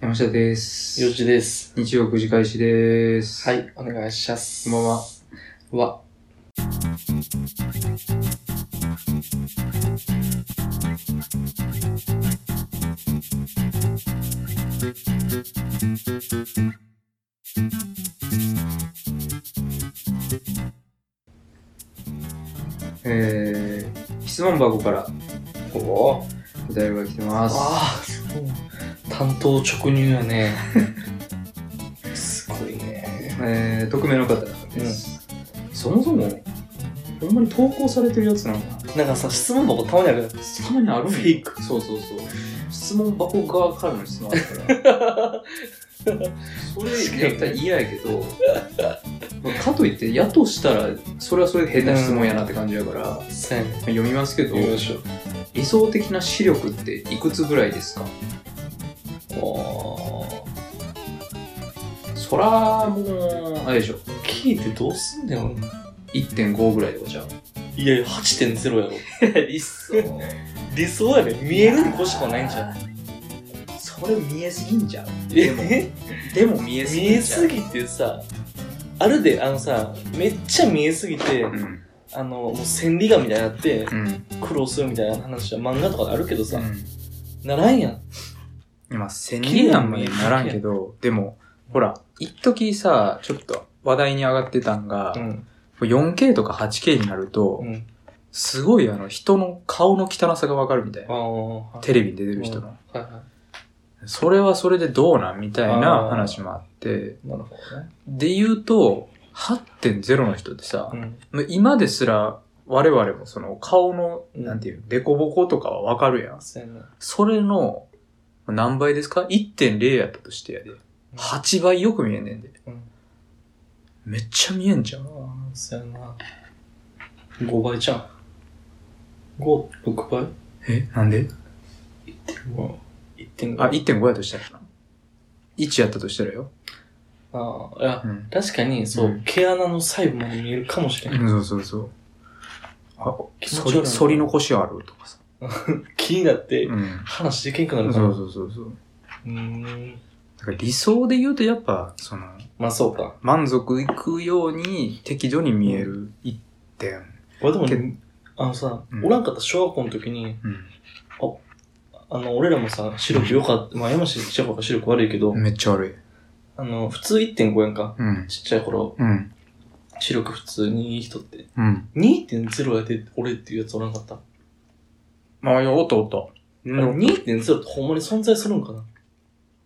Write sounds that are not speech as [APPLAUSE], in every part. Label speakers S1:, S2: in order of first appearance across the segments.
S1: 山下です。
S2: よしです。
S1: 日曜9時開始です。。
S2: はいい、お願いします。
S1: こんばんは。
S2: は。
S1: えー、質問箱から
S2: おお。
S1: お便りが来てます。
S2: ああ、そう。担当直入や [LAUGHS] ね。すごいね。
S1: えー、匿名の方です。そもそも、ほんまに投稿されてるやつなのかな
S2: なんかさ、質問箱たまにある。
S1: たまにあるんや
S2: フェイク。
S1: そうそうそう。質問箱側からの質問あるから。 [LAUGHS] それやったら嫌やけど、まあかといって、やとしたら、それはそれで下手質問やなって感じやから、まあ
S2: せん。
S1: 読みますけど、
S2: よいし
S1: 理想的な視力っていくつぐらいですか
S2: ょ。お
S1: そらもうあれでしょ
S2: ー聞いてどうすんだよ。
S1: 1.5ぐらいとかじゃん
S2: いやいや、8.0やろ。
S1: [LAUGHS] 理想
S2: 理想やね。見えるに越したことないんじゃん。
S1: それ見えすぎんじゃんでも
S2: え
S1: でも見えす
S2: 見
S1: ぎ
S2: え
S1: んじゃん
S2: すぎてさ、あるで、あのさ、めっちゃ見えすぎて、
S1: うん
S2: あの、もう千里眼みたいになって、
S1: うん
S2: 苦労するみたいな話は漫画とかであるけどさ、
S1: う
S2: ならんやん。
S1: んまあ千里眼までならんけどでもほら一時さちょっと話題に上がってたんが、
S2: ん。
S1: 4K とか 8K になると、
S2: うん。
S1: すごいあの人の顔の汚さがわかるみたい
S2: あ
S1: な
S2: あ、は
S1: テレビに出てる人の、
S2: いは
S1: それはそれでどうなんみたいな
S2: あー
S1: 話もあって
S2: い。なるほどね。
S1: で言うと、8.0の人ってさ
S2: う、ん。
S1: もう今ですら我々もその顔の、
S2: うん
S1: なんていう、デコボコとかはわかるやん。
S2: そうやな。
S1: それの何倍ですか ?1.0 やったとしてやで。8倍よく見えんねんで。
S2: うん。
S1: めっちゃ見えんじゃ
S2: あ
S1: ん。
S2: あ、そうやな。5倍じゃん。5、6倍
S1: えなんで
S2: ?1.5。1.5。
S1: あ、1.5やとしたらな。1やったとしたらよ。
S2: ああ、いや、
S1: うん。
S2: 確かに、そう、
S1: うん
S2: 毛穴の細部も見えるかもしれない。
S1: そうそうそう。あ、
S2: 気持
S1: 反
S2: ち悪い
S1: り、
S2: な
S1: 反り残しあるとかさ。
S2: 気になって、
S1: うん。
S2: 話できんくな
S1: そ
S2: る
S1: う
S2: から。
S1: そうそうそう。
S2: うーん。
S1: だから理想で言うとやっぱ、その、
S2: まあそうか。
S1: 満足いくように適度に見える一点。
S2: 俺でも
S1: け
S2: ね、あのさ、
S1: うん
S2: おらんかった小学校の時に、あの、俺らもさ、視力良かった。まあ、山下ちっちゃい頃から視力悪いけど、
S1: めっちゃ悪い。
S2: あの、普通1.5やんか。
S1: うん。
S2: ちっちゃい頃、
S1: うん。
S2: 視力普通にいい人って。
S1: うん。
S2: 2.0やで俺っていうやつおらんかった。あ
S1: まあ、いやおったおった。
S2: れ2.0ってほんまに存在するんかな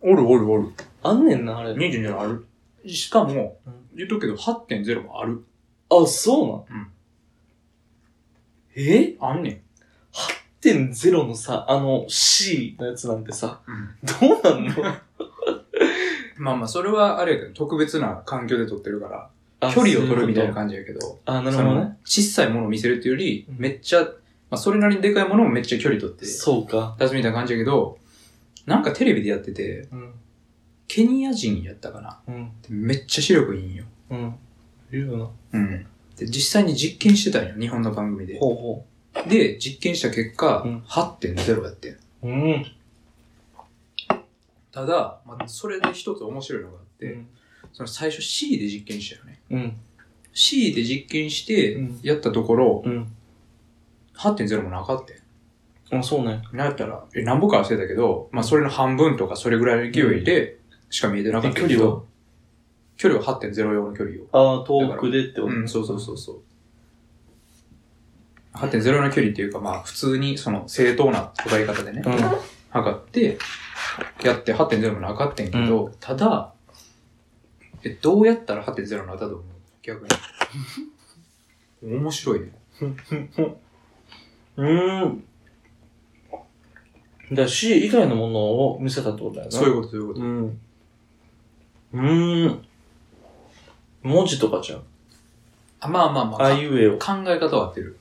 S1: おるおるおる。
S2: あんねんな、あれ。
S1: 2.0ある。しかも
S2: うん、
S1: 言うとくけど8.0もある。
S2: あ、そうなん。
S1: うん
S2: え
S1: あんねん。
S2: ?8.0 のさ、あの C のやつなんてさ、どうなんの
S1: まあまあ、それはあれやけど、特別な環境で撮ってるから、
S2: あ
S1: [LAUGHS] 距離を取るみたいな
S2: そううこ
S1: 感じやけど、
S2: とあ、なる
S1: そ
S2: ほど
S1: の
S2: ね。
S1: 小さいものを見せるっていうより
S2: う、ん
S1: めっちゃ、まあ、それなりにでかいものもめっちゃ距離取って、出す
S2: そうか。
S1: みたいな感じやけど、なんかテレビでやってて、
S2: うん。
S1: ケニア人やったかな。
S2: うん。
S1: めっちゃ視力いいんよ。
S2: うん。言うよな。
S1: うん。で、実際に実験してたんよ、日本の番組で。
S2: ほうほ
S1: で、実験した結果、
S2: うん
S1: 8.0やってん。
S2: う。うん。
S1: ただ、まあ、それで一つ面白いのがあって、その最初 C で実験したよね。
S2: うん。
S1: C で実験して
S2: うん、
S1: やったところ、
S2: うん。
S1: 8.0もなかったよ
S2: あ、そうね。
S1: なんやったら、え、何ぼか忘れたけど、まあ、それの半分とか、それぐらいの勢いで、しか見えてなかったけど
S2: え距離
S1: 距離は
S2: は
S1: 8.0用の距離を。
S2: ああ、遠くでってこと
S1: うん、そうそうそうそう。8.0の距離っていうか、まあ、普通に、その、正当な捉え方でね、
S2: うん。
S1: 測って、やって8.0もなかったんやけど、ただ、え、どうやったら8.0になったと思う逆
S2: [LAUGHS]
S1: に。面白いね。
S2: うーん。だし、以外のものを見せたってことだよね。
S1: そういう
S2: こ
S1: こと、そういうこと。
S2: うん。うーん。文字とかじゃん。
S1: あまあまあまあ、
S2: あいうえを。
S1: 考え方は合ってる。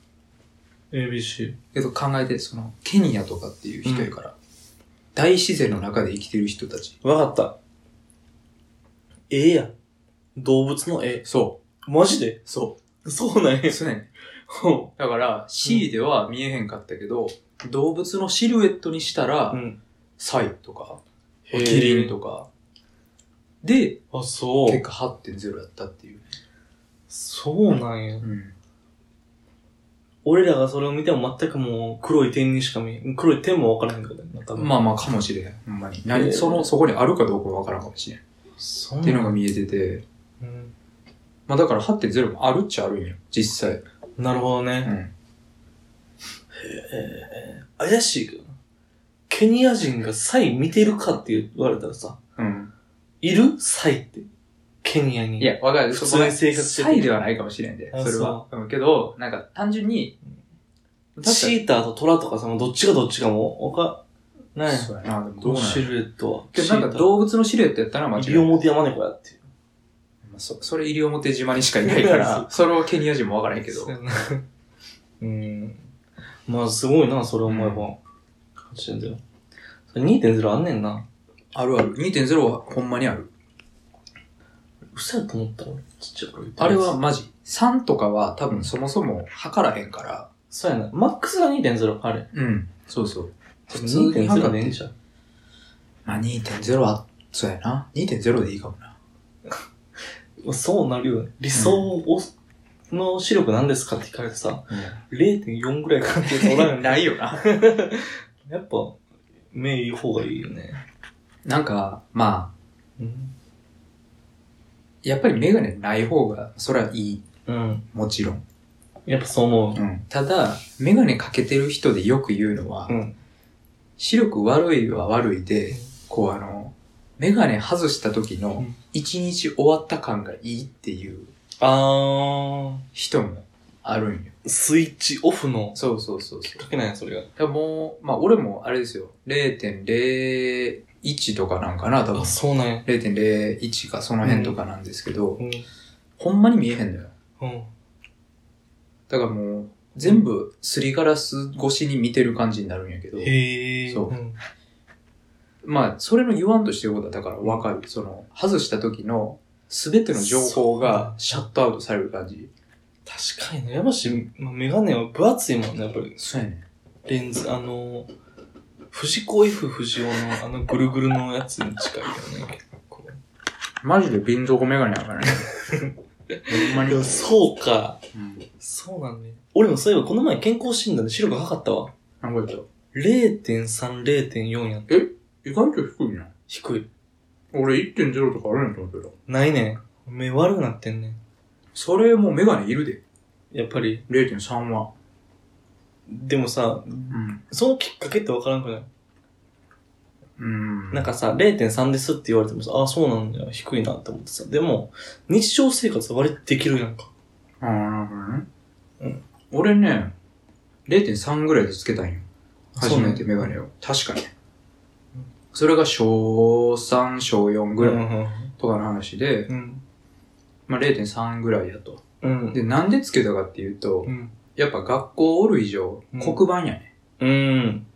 S2: ABC。
S1: けど考えて、その、ケニアとかっていう人やから、大自然の中で生きてる人たち。
S2: わかった。絵や。動物の絵。
S1: そ
S2: マジで
S1: う、そ
S2: そうな
S1: う。
S2: んや。
S1: そうね。
S2: ほ
S1: だから、C では見えへんかったけど、動物のシルエットにしたら、
S2: ううん。
S1: サイとか、
S2: へへー
S1: キリンとか。で、
S2: あ、そ
S1: 結
S2: う。
S1: 果8.0やったっていう。
S2: そうなんや。
S1: うん。
S2: 俺らがそれを見ても全くもう黒い点にしか見え、黒い点もわからへんってことやな、多分。
S1: まあまあかもしれへん。ほんまに。
S2: へ
S1: 何、
S2: ー
S1: その、そこにあるかどうかわからんかもしれん。っ
S2: そう
S1: ていうの
S2: な
S1: が
S2: ん
S1: 見えてて。
S2: うん
S1: まあだから8.0もあるっちゃあるんよ。実際。
S2: なるほど
S1: う
S2: ね。
S1: ん。
S2: えー怪しいけどな。ケニア人がサイ見てるかって言われたらさ、
S1: うん。
S2: いるサイって。ケニアに。
S1: いや、わかる。
S2: 普通に
S1: そこね
S2: 生活してる
S1: 差異ではないかもしれんで、
S2: あ
S1: それは
S2: そ。
S1: うんけど、なんか単純に、確か
S2: チーターとトラとかさ、もうどっちがどっちかも、わか、な
S1: に。
S2: い。
S1: そうやな、でもど
S2: ど
S1: う
S2: の
S1: な
S2: シ
S1: る
S2: ルエットは。
S1: けどなんか動物のシルエットやったら間違い
S2: イ
S1: な
S2: リ
S1: い
S2: オ。モテヤマネコやっていう。
S1: まあそそれ西表島にしかいないか
S2: そ
S1: ら
S2: う、
S1: [LAUGHS] それはケニア人もわからへんけど。
S2: そうやなうん。 [LAUGHS] まあ、すごいな、それ思えば。8.0。それ2.0あんねんな。
S1: あるある。2.0はほんまにある。
S2: 嘘やと思った俺、ちっちゃい頃言って
S1: あ
S2: た
S1: れ
S2: やつ
S1: は、マジ。3とかは多分そもそも測らへんから。
S2: そうやな。マックスが2.0、あれ。
S1: うん。そうそう。普通に
S2: 2.0
S1: 測
S2: で
S1: っ
S2: ええん
S1: て。
S2: ちゃう
S1: まあ2.0は、そうやな。2.0でいいかもな。
S2: まあそうなるよね。理想を、の視力何ですかって聞かれてさ、0.4ぐらいかなって言うとおらんよね。 [LAUGHS]
S1: ないよな。
S2: やっぱ、目いい方がいいよね。
S1: [LAUGHS] なんか、まあ、
S2: うん。
S1: やっぱりメガネない方が、それはいい。
S2: うん。
S1: もちろん。
S2: やっぱそう思
S1: うん。ただ、メガネかけてる人でよく言うのは
S2: う。、うん。
S1: 視力悪いは悪いで、こうあの、メガネ外した時
S2: う
S1: の
S2: ん
S1: 一日終わった感がいいっていう
S2: あ
S1: 人もあるんよ。
S2: ー、スイッチオフの、
S1: そうそうそうそう。
S2: かけないやそれが。
S1: 多分もう、まあ俺もあれですよ。0.01とかなんかな、多分
S2: あ、。そうなんや。
S1: 0.01かその辺とかなんですけど、
S2: うん。
S1: ほんまに見えへんのよ。
S2: うん。
S1: だからもう、全部すりガラス越しに見てる感じになるんやけど、
S2: へー。
S1: そうんまあ、それの言わんとしてることはだからわかる。その、外した時の全ての情報がシャットアウトされる感じ。
S2: 確かにね。やばし、まあ、メガネは分厚いもんね、やっぱり。
S1: そうやね
S2: レンズ、あの、藤子 F 不二雄のあのぐるぐるのやつに近いよね、結構。
S1: マジで瓶底メガネやからね。 [LAUGHS] ほんまに。うん
S2: そうか。そうなんだよ。俺もそういえばこの前健康診断で視力測ったわ。
S1: なんか言った
S2: 0.3、0.4やん。
S1: 意外と低いな。
S2: 低い。
S1: 俺1.0とかあるんやと思ってた。
S2: ないねん。目悪くなってんね
S1: それもメガネいるで。
S2: ん。やっぱり。
S1: 0.3は。
S2: でもさ、
S1: うん。
S2: そのきっかけってわからんくない
S1: うん。
S2: なん
S1: か、
S2: かさ、0.3ですって言われてもさ、ああ、そうなんだよ。低いなって思ってさ。でも、日常生活割とできるやんか。
S1: ああ、なるほどね。
S2: うん。
S1: 俺ね、0.3ぐらいでつけたんよ。
S2: そ
S1: 初
S2: うね
S1: めてメガネを。確かに。それが小3、小4ぐらい。
S2: うん
S1: とかの話で、
S2: うん。
S1: まあ、0.3ぐらいやと。
S2: うん。
S1: で、なんでつけたかっていうと
S2: う、ん。
S1: やっぱ学校おる以上、
S2: うん
S1: 黒板やね。
S2: うん。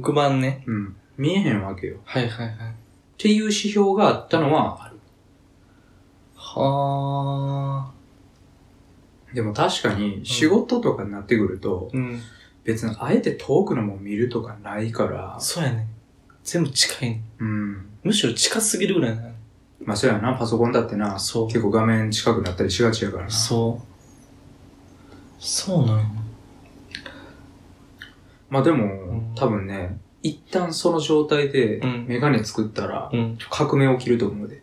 S2: 黒板ね。
S1: うん。見えへんわけよ。っ
S2: はいはいはい。
S1: ていう指標があったのはある。
S2: は
S1: でも確かに、仕事とかになってくると、
S2: ー。うん。
S1: 別にあえて遠くのもん見るとかないから、
S2: そうやね。全部近いね。
S1: うん。
S2: むしろ近すぎるぐらいなの。
S1: まあそうやな、パソコンだってな、結
S2: そ
S1: 構画面近くなったりしがちやからな。
S2: そう。そうなの。
S1: まあで
S2: ん
S1: も、多分ね、一旦その状態で
S2: うん、
S1: メガネ作ったら、
S2: うん。
S1: 革命起きると思うで。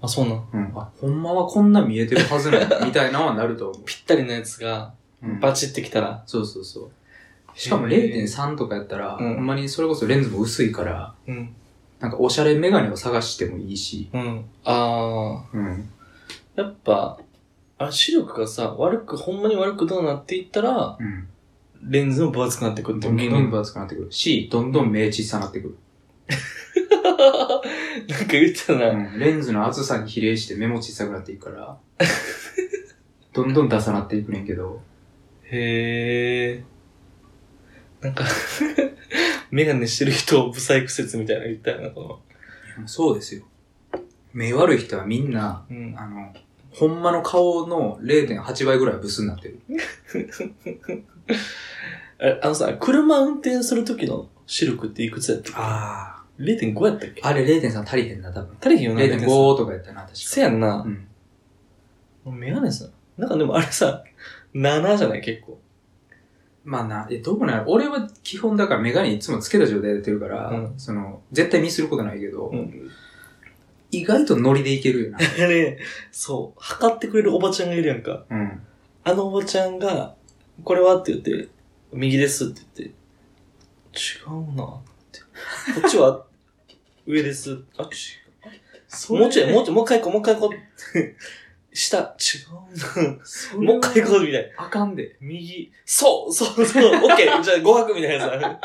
S2: あ、そうなの。
S1: うん。あ、ほんまはこんな見えてるはずなん [LAUGHS] だ、みたいなのはなると思う。
S2: ぴったりのやつが、
S1: うん
S2: バチってきたら。
S1: そうそうそう。しかも
S2: へー
S1: 0.3とかやったら、
S2: うん
S1: ほんまにそれこそレンズも薄いから、
S2: うん。
S1: なんかおしゃれメガネを探してもいいし。
S2: うん。あ
S1: うん。
S2: ー。やっぱ、あ視力がさ、悪く、ほんまに悪くどうなっていったら、
S1: うん。
S2: レンズも分厚くなってくるっ
S1: ど
S2: ていうん
S1: ど
S2: 原
S1: ん
S2: 理。 [LAUGHS]
S1: 分厚くなってくるし、どんどん目小さなってくる。
S2: なんか言ってたな。
S1: うん。レンズの厚さに比例して目も小さくなっていく [LAUGHS] から、どんどん出さなっていくねんけど。
S2: へー。なんか、 [LAUGHS] メガネしてる人を不細工説みたいなの言ったよな、この。
S1: そうですよ。目悪い人はみんな、
S2: うん。
S1: あの、ほんまの顔の0.8倍ぐらいブスになってる。
S2: ああのさ、車運転する時の視力っていくつやったっけ
S1: ああ。
S2: 0.5やったっけ
S1: あれ0.3足りへんな、多分。
S2: 足りへんよな、
S1: 0.5とかやったな、確か。
S2: せやんな
S1: う。ん。
S2: メガネさ、なんかでもあれさ、7じゃない結構。
S1: まあな、え、どうもない。俺は基本だからメガネいつもつけた状態でやってるから、
S2: うん
S1: その、絶対ミスることないけど、
S2: ん。
S1: 意外とノリでいけるよ
S2: [LAUGHS]
S1: な。
S2: あれ、そう、測ってくれるおばちゃんがいるやんか。
S1: うん。
S2: あのおばちゃんが、これはって言って、右ですって言って、違うなって。こっちは、上です。あ、違う。もうちょい、もうちょい、もう一回行こう、もう一回行こう。下、違う
S1: そ
S2: な。
S1: れは
S2: もう一回行こう、みたいな。
S1: あかんで。
S2: 右、そう、そう、そう、オッケー、じゃあ5泊みたいなさ。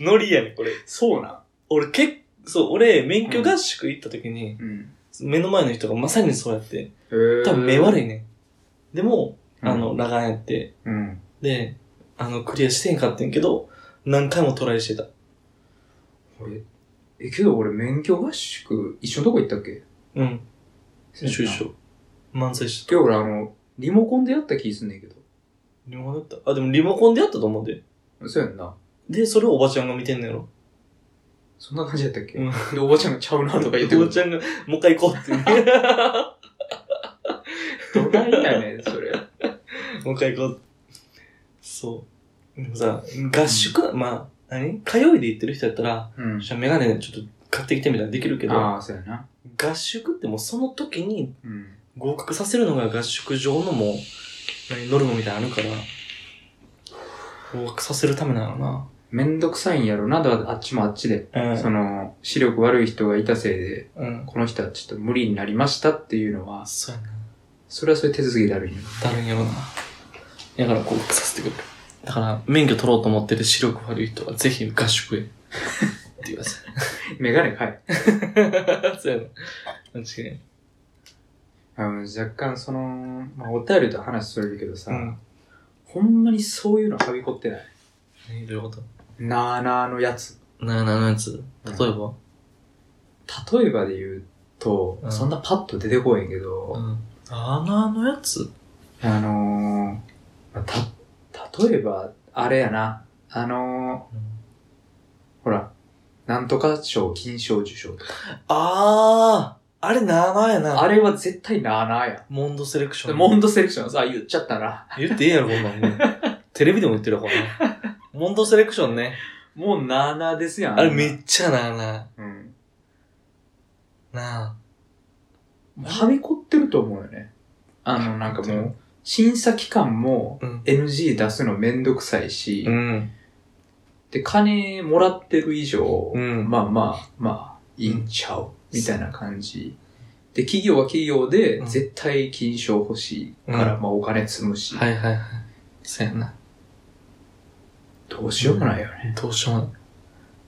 S2: ノリやねん、これ。
S1: そうな。
S2: 俺、結そう、俺、免許合宿行った時に、
S1: うん。
S2: 目の前の人がまさにそうやって、
S1: へー
S2: 多分目悪いねん。でも、
S1: うん
S2: あの、裸眼やって、
S1: うん。
S2: で、あの、クリアしてへんかってんけど、何回もトライしてた。
S1: 俺、え、けど俺免許合宿、一緒のとこ行ったっけ
S2: うん。
S1: 一
S2: 一緒一。緒。満載してた。
S1: 今日俺あの、リモコンでやった気すんねんけど。
S2: リモコンだったあ、でもリモコンでやったと思うで。
S1: そうやんな。
S2: で、それをおばちゃんが見てんのやろ。
S1: そんな感じやったっけ、
S2: うん
S1: で、おばちゃんがちゃうなとか言ってく
S2: おば
S1: る。
S2: ちゃんが、もう一回行こうって言
S1: [LAUGHS]
S2: って。
S1: どないやねん、それ。
S2: もう一回行こう。そう。でもさ、合宿、まあ、何通いで行ってる人やったら、
S1: うん。
S2: じゃあメガネちょっと買ってきてみたいなできるけど、
S1: ああ、そうやな。
S2: 合宿ってもうその時に
S1: うん。
S2: 合格させるのが合宿場のもう、何、ノルマみたいなのあるから、合格させるためなのか
S1: めんどくさいんやろな、だからあっちもあっちで。
S2: な。
S1: その、視力悪い人がいたせいで、
S2: うん。うん。
S1: この人はちょっと無理になりましたっていうのは、
S2: そうやな。
S1: それはそれ手続きであるんやろ。
S2: だるんやろな。だから合格させてくる。だから、免許取ろうと思ってる視力悪い人はぜひ合宿へ。って言わせ
S1: メガネかい。
S2: [LAUGHS] そうやな。間違いない。
S1: あの若干その、まあ、お便りと話それるけどさ、ほんまにそういうのはびこってない。
S2: えどういうこと
S1: なあなあのやつ。
S2: な、な、のやつ例えば
S1: 例えばで言うと、
S2: うん
S1: そんなパッと出てこへんけど、
S2: ん。な、なのやつ
S1: あのーまあ、た、例えば、あれやな、あのーほら、なんとか賞、金賞受賞とか。
S2: あーあれな、なやな。
S1: あ
S2: れ
S1: れは絶対なあなあや
S2: モンドセレクショ
S1: ん。
S2: ン。
S1: モンドセレクションさ、言っちゃったな。
S2: 言っていいやろ、こんなんもうテレビでも言ってるわ、こんなんモンドセレクションね。
S1: もうなあなあですやん。
S2: あれめっちゃな、な、
S1: うん。
S2: な
S1: はびこってると思うよね。あの、なんかもう、審査期間も
S2: うん。
S1: NG 出すのめんどくさいし、
S2: うん。
S1: で、金もらってる以上、
S2: うん
S1: まあまあ、まあ、いいんちゃう、みたいな感じ。で、企業は企業で
S2: う、ん
S1: 絶対金賞欲しいから、まあお金積むし、
S2: はいはいはい。そうやな。
S1: どうしようもないよね。
S2: どうしようもない。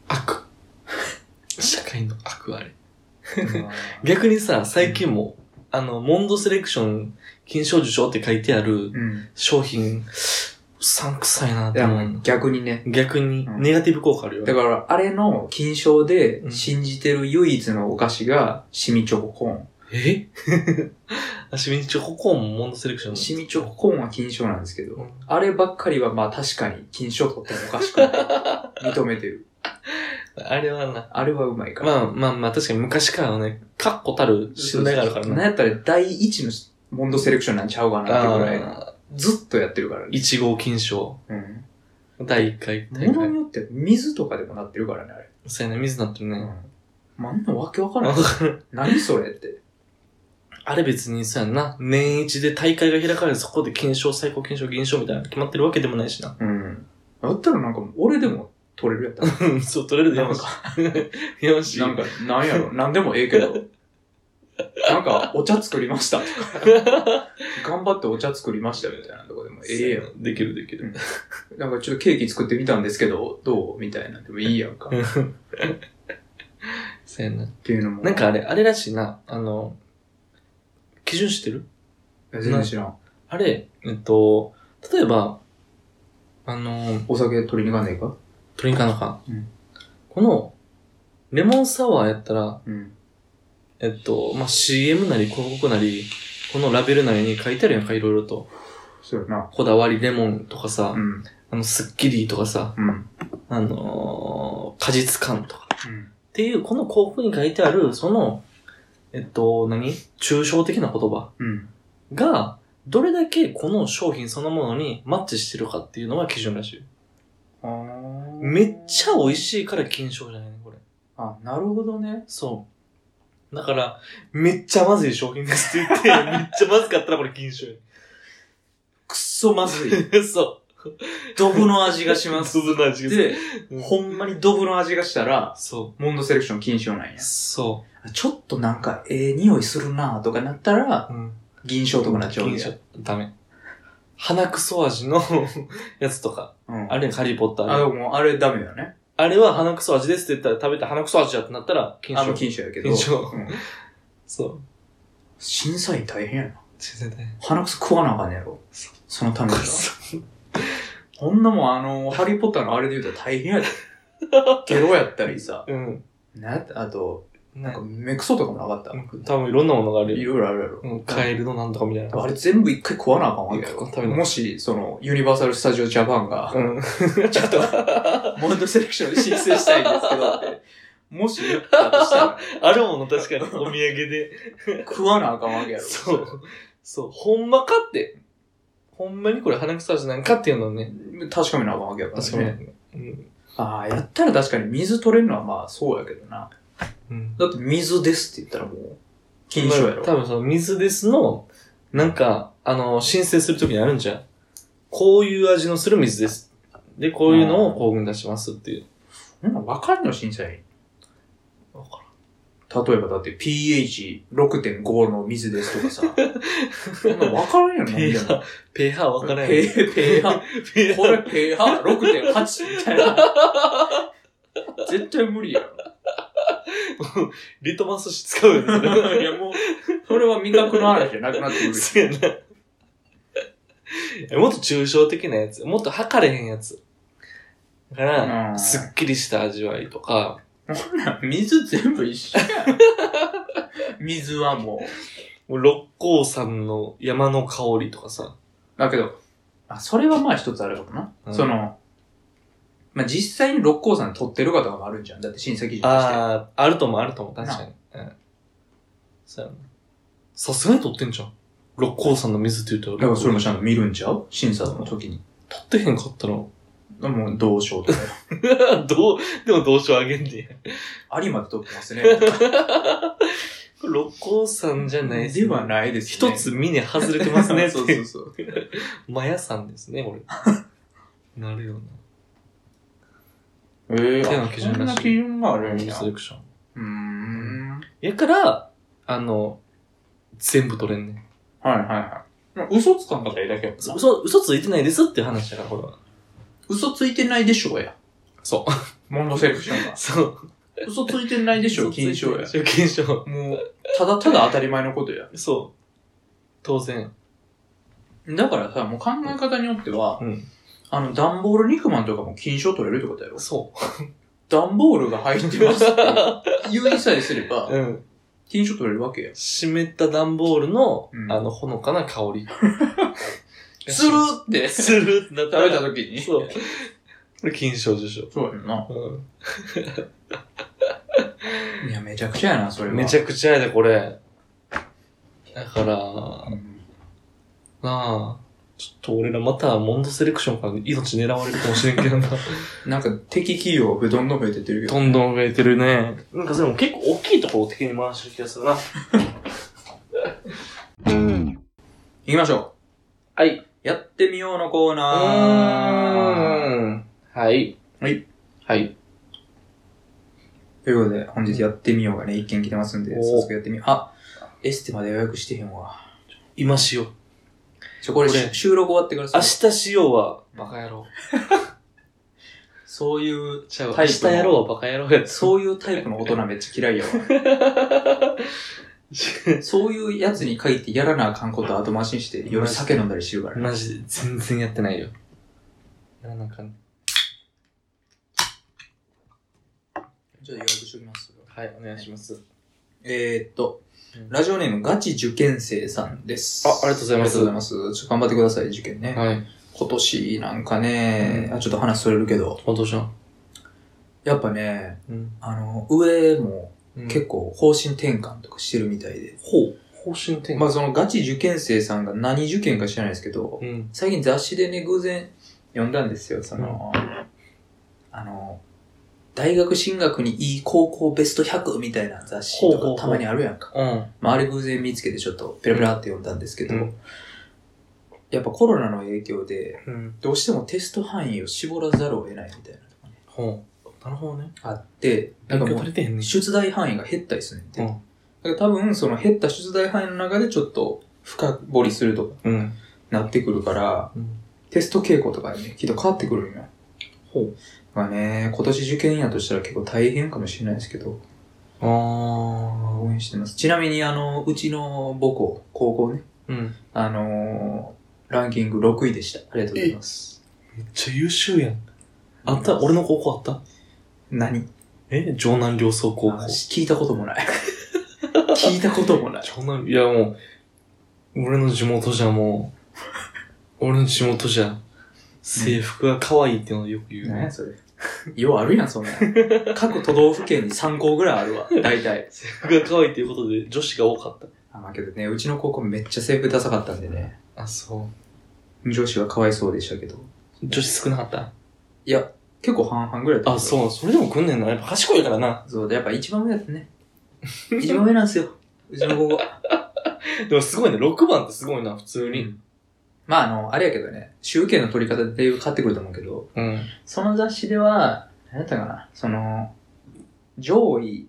S2: 悪。社会の悪あれ。
S1: [LAUGHS]
S2: 逆にさ、最近も、あの、モンドセレクション、金賞受賞って書いてあ
S1: う
S2: る
S1: ん。
S2: 商品、うさんくさいなっ
S1: い
S2: て
S1: や、
S2: 思
S1: もう
S2: う。
S1: 逆にね。
S2: 逆に、
S1: うん
S2: ネガティブ効果あるよ。
S1: だから、あれの金賞で
S2: うん
S1: 信じてる唯一のお菓子が、シミチョココーン。
S2: え [LAUGHS] あ、シミチョココーンもモンドセレクション
S1: シミチョココーンは金賞なんですけど、
S2: うん
S1: あればっかりはまあ確かに金賞取ってもおかしくない。
S2: [LAUGHS]
S1: 認めてる。
S2: あれはな。
S1: あれはうまいから。
S2: まあまあまあ、確かに昔からのね、確固たる信頼があるから
S1: なん
S2: な。
S1: やったら第一のモンドセレクションなんちゃうかなってぐらいの。
S2: あ
S1: ずっとやってるからね。
S2: 1号金賞。
S1: うん。
S2: 第1回大
S1: ものに
S2: 会。
S1: よって水とかでもなってるからね、あれ。
S2: そうやね、水になってる
S1: う
S2: ね。
S1: ん。まあ、あんなわけわか
S2: あ
S1: ら
S2: わ
S1: ん。
S2: かる
S1: 何それって。
S2: [LAUGHS] あれ別にそうやんな。年一で大会が開かれてそこで金賞、最高金賞、銀賞みたいなの決まってるわけでもないしな。 [LAUGHS]
S1: うん。だったらなんか、俺でも取れるやったら。
S2: うんそう、取れるでや
S1: なん
S2: まし
S1: か、。
S2: [LAUGHS] やま
S1: [LAUGHS]
S2: し。
S1: なん
S2: [LAUGHS]
S1: か、なんや [LAUGHS] ろ、なんでもええけど。なんか、お茶作りましたとか。頑張ってお茶作りましたみたいなとこでもええやん。
S2: できるできる。 [LAUGHS]
S1: なんかちょっとケーキ作ってみたんですけど、どうみたいな。でもいいやんか。っ
S2: そうやな。
S1: ていうのも。
S2: なん、かあれ、あれらしいな。あの、基準知ってる
S1: 全然知らん。
S2: あれ、えっと、例えば、あの、
S1: お酒取りに行かねえか
S2: トリンカーの缶。
S1: うん
S2: この、レモンサワーやったら、
S1: うん。
S2: えっと、まあ、CM なり広告なり、このラベルなりに書いてあるやんか、いろいろと。
S1: そうやな。
S2: こだわりレモンとかさ、
S1: うん。
S2: あの、スッキリとかさ、
S1: うん。
S2: あのー果実感とか。
S1: うん。
S2: っていう、この広告に書いてある、その、えっと、何抽象的な言葉
S1: うん。
S2: が、どれだけこの商品そのものにマッチしてるかっていうのが基準らしい。
S1: あー
S2: めっちゃ美味しいから金賞じゃないね、これ。
S1: あ、なるほどね。
S2: そう。だから、めっちゃまずい商品ですって言
S1: [LAUGHS]
S2: って、めっちゃまずかったらこれ金賞や。
S1: くっそまず [LAUGHS] い。
S2: [LAUGHS] そ
S1: ドブの味
S2: う。
S1: がします。
S2: 鈴の味がする。
S1: で、ほんまにドブの味がしたら、
S2: そ
S1: モンドセレクション禁止用なんや
S2: う。。そ
S1: ちょっとなんか、ええ匂いするなとかなったら、
S2: う。うん。
S1: 銀賞とかなっちゃうん
S2: 金
S1: や。
S2: 賞ダメ。鼻くそ味の [LAUGHS] やつとか。
S1: うん。
S2: あれ、ハリーポッター
S1: あ、で
S2: の。
S1: もあれダメだね。
S2: あれは鼻くそ味ですって言ったら食べて鼻くそ味だってなったら金
S1: あ
S2: 賞
S1: の。禁止やけど。
S2: 禁止用
S1: うん
S2: そう。
S1: 審査員大変やな。
S2: 全然ね。
S1: 鼻くそ食わなあかんねやろ。そのためには。
S2: そ
S1: こんなもん、あの、ハリーポッターのあれで言うと大変や [LAUGHS] で。ゲロやったりさ。
S2: ううん。
S1: なあと、な
S2: な
S1: んか、目くそとかもなかっ
S2: 多分いろんなものがあ
S1: た。
S2: る
S1: い
S2: よ。
S1: ろいろあるやろ。
S2: うんカエルのなんとかみたいな。
S1: あれ全部一回食わなあかんわけや
S2: 一個
S1: ろ
S2: 食べな。
S1: もし、その、ユニバーサル・スタジオ・ジャパンが、
S2: うん。
S1: ちょっと、 [LAUGHS] モンドセレクション申請したいんですけど [LAUGHS] って、もし言ったとしたら、
S2: あるもの確かに、お土産で。
S1: 食わなあかんわけやろ。
S2: そう。そう。ほんまかって。ほんまにこれ鼻くそ味なんかっていうのをね。
S1: 確かめなあかんわけやから
S2: 確かに
S1: ね。。
S2: うん。
S1: ああ、やったら確かに水取れるのはまあそうやけどな。
S2: うん。
S1: だって水ですって言ったらもう、禁止やろ。
S2: 多分その水ですの、なんか、あの、申請するときにあるんじゃん。こういう味のする水です。で、こういうのをこう出しますっていう。
S1: なんか分かるの審査員。
S2: わか
S1: 例えばだって pH6.5 の水ですとかさ。 [LAUGHS] そんな分からんよね。
S2: ペーハー、ペーハーわからん
S1: ペー、ペーハ
S2: ペ
S1: [LAUGHS]
S2: ー
S1: こ
S2: ハ
S1: れ
S2: ー。
S1: ペーハ6.8みたいな。絶対無理やろ。
S2: リトマス紙使うよね
S1: [LAUGHS]
S2: そ
S1: い
S2: れ。
S1: やもう、それは味覚の話じゃなくなってくるし。
S2: そうやな。 [LAUGHS] えもっと抽象的なやつ。もっと測れへんやつ。だから、
S1: うん
S2: すっきりした味わいとか、
S1: ほら、水全部一緒やん。水はもう。
S2: もう六甲山の山の香りとかさ。
S1: だけど、あ、それはまあ一つあるかもな。
S2: うん
S1: その、まあ実際に六甲山取ってる方があるんじゃん。だって審査基準として。
S2: ああ、あるともあるとも、確かに。うん。そうやな。さすがに取ってんじゃん。六甲山の水って言うと。
S1: だからそれもちゃんと見るんちゃう審査の時に。
S2: 取ってへんかったら。
S1: もう、どうしようとか。
S2: [LAUGHS] どう、でもどうしようあげんねや。
S1: ありまで取ってますね。
S2: これ六甲山じゃない
S1: ではないですね。
S2: 一つ峰外れてます [LAUGHS] ねって。
S1: そうそうそう。
S2: マヤさんですね、俺。 [LAUGHS] なるよな。
S1: えー、
S2: 手
S1: あ
S2: の基準らしい
S1: そんな基準があるんや。
S2: セレクション。
S1: うーん。
S2: やから、あの、全部取れんねん。
S1: はいはいはいまあ。嘘つかんかったらいいだけやもんな
S2: 嘘、嘘ついてないですっていう話だから、これは。
S1: 嘘ついてないでしょうや。
S2: そう。。
S1: [LAUGHS] モンドセレクションが
S2: そう。
S1: 嘘ついてないでしょう、金賞や。
S2: そう金賞。
S1: もう、ただただ当たり前のことや。
S2: そう。当然。
S1: だからさ、もう考え方によっては、
S2: うん。
S1: あの、段ボール肉まんとかも金賞取れるってことやろ。
S2: そ
S1: 段ボールが入ってますって、 [LAUGHS] 言いさえすれば
S2: う。、うん。
S1: 金賞取れるわけや。
S2: 湿った段ボールの、
S1: うん
S2: あの、ほのかな香り。
S1: スルーって、食
S2: [LAUGHS] するってなったら
S1: べた時に。
S2: そう。これ金賞受賞。
S1: そうやんな。
S2: う
S1: いや、めちゃくちゃやな、それは。
S2: ん。めち
S1: ゃ
S2: ゃくちゃやで、これ。だから、なあ、ちょっと俺らまたモンドセレクションから命狙われるかもしれんけどな。
S1: なんか、敵企業がどんどん増えてってるけど。
S2: [LAUGHS] どんどん増えてるね。なんかでも結構大きいところを敵に回してる気がするな。
S1: 行きましょ。。
S2: はいう
S1: やってみようのコー
S2: う
S1: ナー。
S2: ーん。はい。
S1: はい。
S2: はい。
S1: ということで、本日やってみようがね、一件来てますんで、
S2: おー
S1: 早速やってみよう。あ、エステまで予約してへんわ。
S2: 今しよう。
S1: ちょ、これ
S2: これ
S1: 収録終わってからさ
S2: 明、日しようは、バカ野郎。
S1: そういう、
S2: ちゃうわ
S1: タ
S2: 明
S1: イプ
S2: 日
S1: の
S2: やろうはバカ野郎やつ。
S1: そういうタイプの大人めっちゃ嫌いや [LAUGHS] わ。そういうやつに限ってやらなあかんこと後回しにして、夜酒飲んだりしてるからね。
S2: マジで全然やってないよ。なんなんかね、
S1: ちょっと予約しておきます。
S2: はい、お願いします。
S1: えー、っと
S2: うん、
S1: ラジオネームガチ受験生さんです。
S2: あありがとうございま
S1: ありが
S2: す
S1: とうございます。ちょっと頑張ってください、受験ね。
S2: はい。
S1: 今年なんかね、あちょっと話それるけど、
S2: 本当じゃん。
S1: やっぱね、
S2: うん。
S1: あの、上も
S2: 結
S1: 結構方針転換とかしてるみたいで。
S2: 構、方針転換。
S1: まあそのガチ受験生さんが何受験か知らないですけど、
S2: うん。
S1: 最近雑誌でね、偶然読んだんですよ。その、あの、大学進学にいい高校ベスト100みたいな雑誌
S2: ほうほうほ
S1: と
S2: う
S1: かたまにあるやんか。
S2: うん。
S1: まああれ偶然見つけてちょっとペラペラって読んだんですけど、
S2: うん
S1: やっぱコロナの影響で、
S2: うん。
S1: どうしてもテスト範囲を絞らざるを得ないみたいなのがね
S2: ほう。なるほどね。
S1: あって、なんかもう
S2: れてへんね
S1: 出題範囲が減ったりするねんて。
S2: う
S1: だ
S2: ん
S1: から多分その減った出題範囲の中でちょっと深掘りするとか
S2: うん。
S1: なってくるから、テスト傾向とかね、きっと変わってくるんや。
S2: ほう。
S1: まあね、今年受験やとしたら結構大変かもしれないですけど、
S2: あ
S1: 応援してます。ちなみにあの、うちの母校、高校ね、
S2: ー。うん。
S1: あのーランキング6位でした。ありがとうございます。
S2: めっちゃ優秀やん。あった俺の高校あった
S1: 何
S2: え城南両総高
S1: あ。
S2: 校
S1: 聞いたこともない。 [LAUGHS] 聞いたこともない。
S2: 城南、いやもう、俺の地元じゃも [LAUGHS] う、俺の地元じゃ、制服が可愛いってのをよく言う。
S1: 何やそれ。ようあるやん、そ [LAUGHS] んなん。各都道府県に3校ぐらいあるわ、大体。
S2: 制服が可愛いっていうことで女子が多かっ
S1: [LAUGHS] あまあけどね、うちの高校めっちゃ制服ダサかったんでね、
S2: た。あ、そ
S1: 女子はかわいそうでしたけど。
S2: う。女子少なかった
S1: いや、結構半々ぐらいだった
S2: あ、そう。それでも来んねんな。やっぱ賢いからな。
S1: そうで、やっぱ一番上だったね。一番上なんですよ。 [LAUGHS] うちの高校。
S2: でもすごいね。6番ってすごいな、普通に。
S1: まあ、あの、あれやけどね、集計の取り方でだいぶ変わってくると思うけど、
S2: うん。
S1: その雑誌では、何やったかな、その、上位、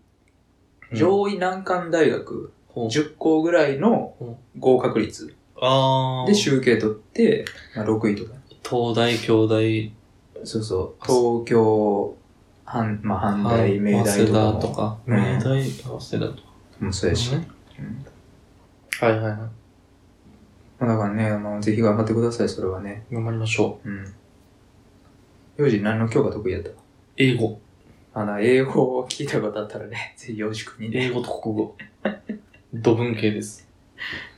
S1: 上位難関大学、
S2: ほう
S1: 10校ぐらいの合格率
S2: あー。
S1: で集計取って、まあ、6位とか。
S2: 東大、京大、
S1: そうそう、東京、阪まあ、阪大、明大とか
S2: 早稲田
S1: も。
S2: とか。
S1: うん
S2: 明大、早稲田とか。
S1: もそうやし。
S2: ね
S1: うん
S2: はいはいは
S1: まあだからね、あの、ぜひ頑張ってください、それはね。
S2: い。頑張りましょう。
S1: うん。幼児何の教科得意やった
S2: 英語。
S1: あの、英語を聞いたことあったらね、 [LAUGHS] ぜひよろしくにね。
S2: 英語と国語。土文系です。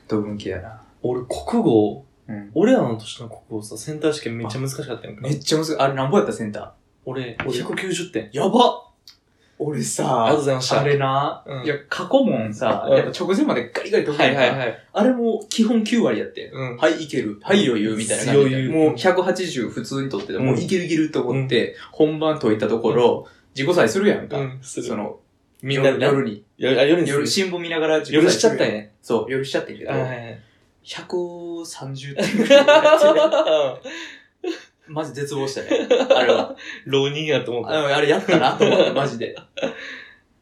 S1: 同文系やな。
S2: 俺、国語、
S1: うん。
S2: 俺らの年の国語さ、センター試験めっちゃ難しかったやんか
S1: め。っちゃむずい。あれなんぼやったセンタ
S2: 俺、
S1: 俺
S2: 190点。
S1: ー。やば俺
S2: あ
S1: さ
S2: りがとうございました。
S1: あれな、
S2: うん
S1: いや、過去問さ、
S2: うん
S1: やっぱ直前までガリガリ解く
S2: は
S1: やん
S2: い
S1: か
S2: はいはい。
S1: あれも基本9割やって。
S2: うん。
S1: はい、いける。はい、余裕みたいな感じで。
S2: 余裕
S1: もう180普通に取ってて、
S2: うん
S1: もういけるいけると思って、本番解いたところ、自己採するやんか。
S2: うん、する
S1: そ。の、
S2: みんなで
S1: 夜
S2: ね、
S1: 夜に。
S2: 夜、あ夜にする
S1: 夜、新聞見ながら自己採
S2: 夜しちゃったん
S1: するやん。
S2: や。
S1: そう、夜しちゃってんけど、
S2: はいはいはい。
S1: 130点ぐらいに [LAUGHS] なってマジ絶望したね。 [LAUGHS] あれは。
S2: 浪人やと思っ
S1: あ
S2: た。
S1: のあれやったなと思って、マジ [LAUGHS] で。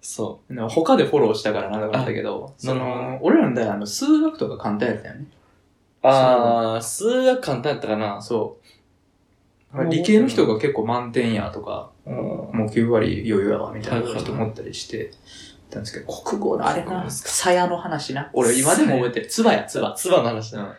S2: そ
S1: なんか他でフォローしたからなんだかんだけど、そ
S2: なるほ
S1: の、俺らの代、あの、数学とか簡単やったよね。
S2: う。あー、数学簡単やったかな。
S1: そう。理系の人が結構満点やとか、
S2: うん。
S1: もう9割余裕やわ、みたいな人思ったりして、たんですけど、国語のあれ
S2: 国語
S1: な、
S2: ですか
S1: さやの話な。俺今でも覚えてる。つばや、つば。
S2: つばの話だ。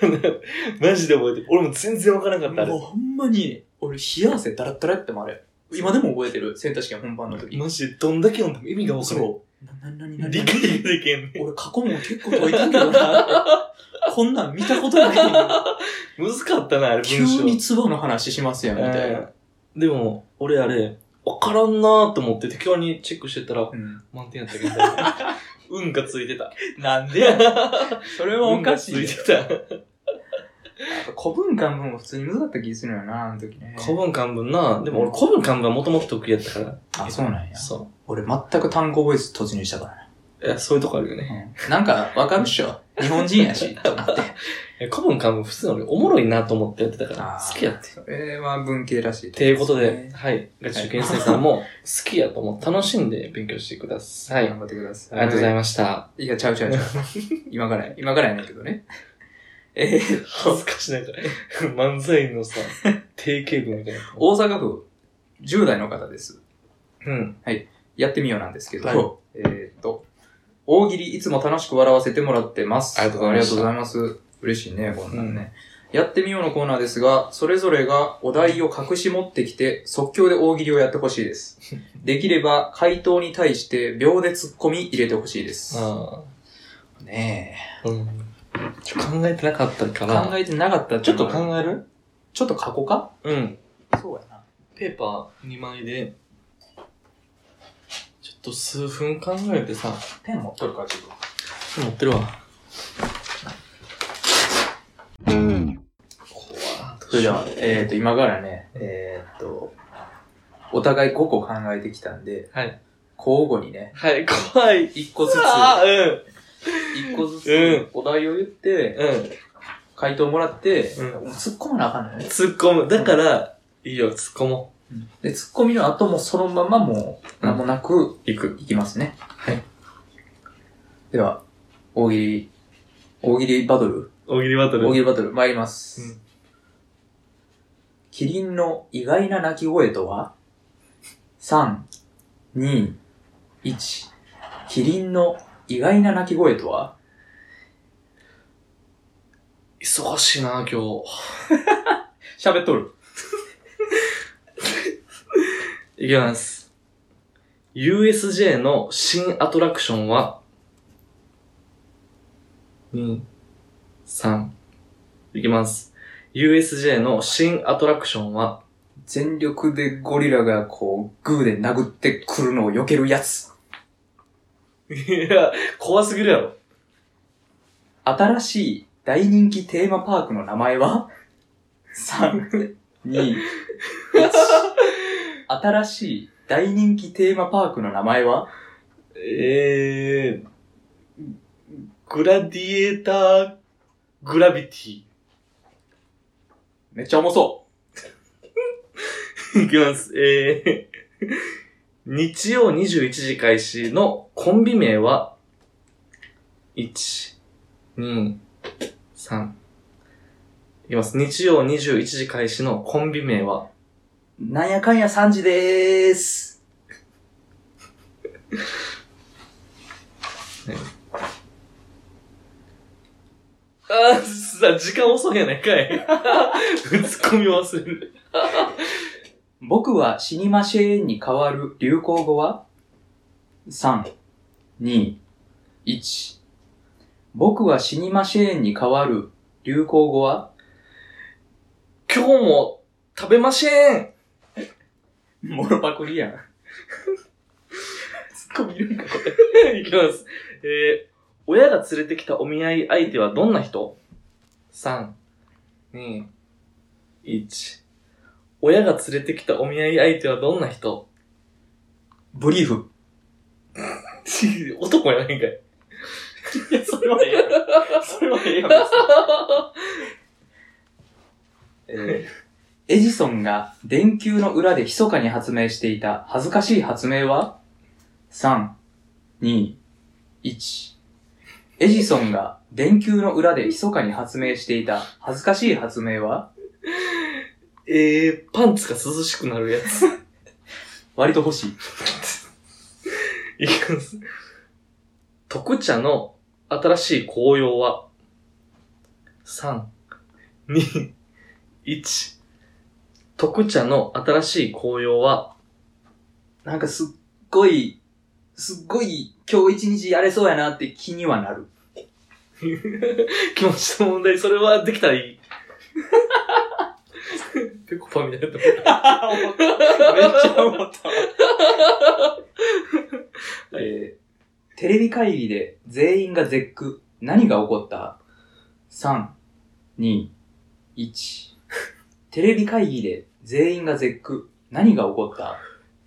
S2: [LAUGHS] マジで覚えてる。俺も全然わからなかった。あ
S1: もう
S2: れ
S1: ほんまに、俺冷や汗だらだらやってもあれ。今でも覚えてる。センター試験本番の時。
S2: マジでどんだけ読んでも意味がわからん。
S1: そう。な、な、なになに
S2: 理解できんねん。
S1: 俺過去問結構解いたけどな。こんなん見たことないのに。
S2: むずかったな、あれ
S1: 急
S2: 文章。
S1: にツボの話しますやん、みたいな。
S2: うんでも、俺あれ、わからんなーと思って適当にチェックしてたら、
S1: うん
S2: 満点やったけど、 [LAUGHS] 運がついてた。
S1: なんでやねん
S2: [LAUGHS]
S1: それはおかしい
S2: 運
S1: よ。
S2: がつ
S1: [LAUGHS]
S2: いて
S1: 古文漢文も普通に無駄だった気がするよな、あの時ね
S2: た。。古文漢文な、でも俺古文漢文はもともと得意やったから。
S1: あ、そうなんや。
S2: そ
S1: 俺全く単語覚えず突入したからね。
S2: う。いや、そういうとこあるよね。
S1: なんかわかるっしょ。日本人や
S2: [LAUGHS]
S1: し、と思って。
S2: いや古文漢文普通に俺おもろいなと思ってやってたか
S1: あ
S2: ら、
S1: ー
S2: 好きやって。
S1: それは文系らしい。
S2: ということで、、はい。ガチ受験生さんも好きやと思って楽しんで勉強してください。あ
S1: 頑張ってください。
S2: りがとうござい
S1: ま
S2: ました。
S1: す。いや、ちゃうちゃうちゃう。今からや、今からやねんけどね。えーっと
S2: 恥ずかしながら、 [LAUGHS] 漫才のさ、定型文みたいな。
S1: 大阪府、10代の方です。
S2: うん。
S1: やってみようなんですけど、
S2: はい
S1: えーっと、大喜利いつも楽しく笑わせてもらってます。
S2: ありがとうございました
S1: ありがとうございます。嬉しいね、こんなんね。やってみようのコーナーですが、それぞれがお題を隠し持ってきて、即興で大喜利をやってほしい [LAUGHS] です。できれば、回答に対して秒で突っ込み入れてほしいです。
S2: あ
S1: ね
S2: あ。うん。ちょ考えてなかったか
S1: え。
S2: ら。
S1: 考えてなかったら
S2: ちょっと考える
S1: ちょっと過去か
S2: うん。
S1: そうやな。
S2: ペーパー2枚で、と数分考えてさ、
S1: ペン持っとるか、自分。
S2: 持ってるわ。怖
S1: それじゃあ、えっ、と、今からね、えっ、と、お互い5個考えてきたんで、
S2: はい。
S1: 交互にね、
S2: はい、怖い。
S1: 1個ずつ、
S2: ああ、うん。
S1: 1個ず
S2: うん
S1: つお題を言って、
S2: うん。
S1: 回答もらって、
S2: う
S1: 突っ込まなあかんのね。
S2: 突っ込む。だから、いいよ、突っ込も
S1: で、突っ込みの後もそのままもう、なんもなく、いく、いきますね。
S2: はい。
S1: では、大喜利、大喜利バトル
S2: う。大喜利バトル。
S1: 大喜利バトル、参ります。
S2: うん
S1: キリンの意外な鳴き声とは ?3、2、1。キリンの意外な鳴き声とは
S2: 忙しいな、今日。
S1: 喋っとる。
S2: いきます。USJ の新アトラクションは、2、3。いきます。USJ の新アトラクションは、
S1: 全力でゴリラがこう、グーで殴ってくるのを避けるやつ。
S2: いや、怖すぎるやろ。
S1: 新しい大人気テーマパークの名前は ?3、2、1。新しい大人気テーマパークの名前は
S2: えー、グラディエーター、グラビティ。
S1: めっちゃ重そ
S2: いきます。えー日曜21時開始のコンビ名は、1、2、3。いきます。日曜21時開始のコンビ名は、
S1: う。なんやかんや3時でーす。
S2: あー、さ、時間遅いやないかい。 [LAUGHS] ツッコミ忘れる。
S1: 僕は死にましぇんに変わる流行語は ?3、2、1。僕は死にましぇんに変わる流行語は
S2: 今日も食べましぇん
S1: モロパクリやん。ツッコミいるんか、これ。
S2: [LAUGHS] いきます。えー、親が連れてきたお見合い相手はどんな人 ?3、2、1。親が連れてきたお見合い相手はどんな人 [LAUGHS]
S1: ブリーフ。
S2: 男やないんかい。
S1: いや、それはええや
S2: [LAUGHS]
S1: ろ。それはええやろ。えーエジソンが電球の裏で密かに発明していた恥ずかしい発明は ?3、2、1。エジソンが電球の裏で密かに発明していた恥ずかしい発明は
S2: えー、パンツが涼しくなるやつ。
S1: 割と欲しい。
S2: [LAUGHS] いきます。特茶の新しい紅葉は ?3、2、1。特茶の新しい紅葉は
S1: なんかすっごい、すっごい今日一日やれそうやなって気にはな [LAUGHS] る。
S2: 気持ちの問題、それはできたらいい。ペコパみたいなとこ。 [LAUGHS]
S1: めっちゃ思 [LAUGHS] った。えーテレビ会議で全員が絶句。何が起こった ?3、2、1。テレビ会議で全員が絶句。何が起こった